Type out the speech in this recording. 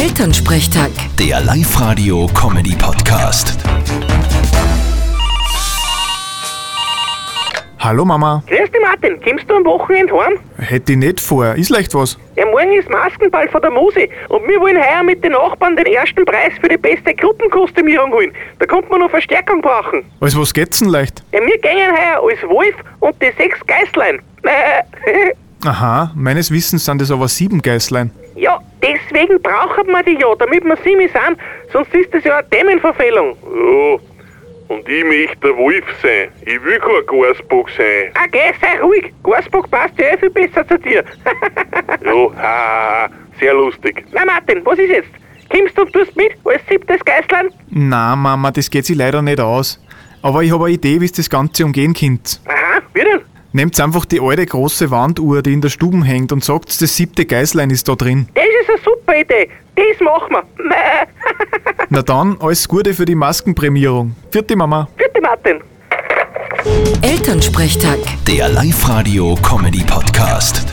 Elternsprechtag. Der Live-Radio-Comedy-Podcast. Hallo Mama, Grüß dich, Martin. Kommst du am Wochenende heim? hätte ich nicht vor. Ist leicht was? Ja, morgen ist Maskenball von der Musi und wir wollen heuer mit den Nachbarn den ersten Preis für die beste Gruppenkostümierung holen. Da kommt man noch Verstärkung brauchen. Als was geht's denn leicht? Ja, wir gehen heuer als Wolf und die sechs Geißlein. Äh, Aha, meines Wissens sind es aber sieben Geißlein. ja, deswegen brauchen wir die ja, damit wir Simi sind, sonst ist das ja eine Themenverfehlung. Ja, und ich möchte der Wolf sein. Ich will kein Gasbock sein. Ah, geh, sei ruhig. Garsburg passt ja eh viel besser zu dir. Ja, ha, ha, sehr lustig. Na, Martin, was ist jetzt? Kommst du und tust mit als siebtes Geißlein? Na Mama, das geht sich leider nicht aus. Aber ich habe eine Idee, wie das Ganze umgehen könnt. Aha, wie denn? Nehmt einfach die alte große Wanduhr, die in der Stube hängt, und sagt, das siebte Geißlein ist da drin. Das ist eine super Idee. Das machen wir. Mäh. Na dann, alles Gute für die Maskenprämierung. Vierte Mama. Bitte, Martin. Elternsprechtag. Der Live-Radio-Comedy-Podcast.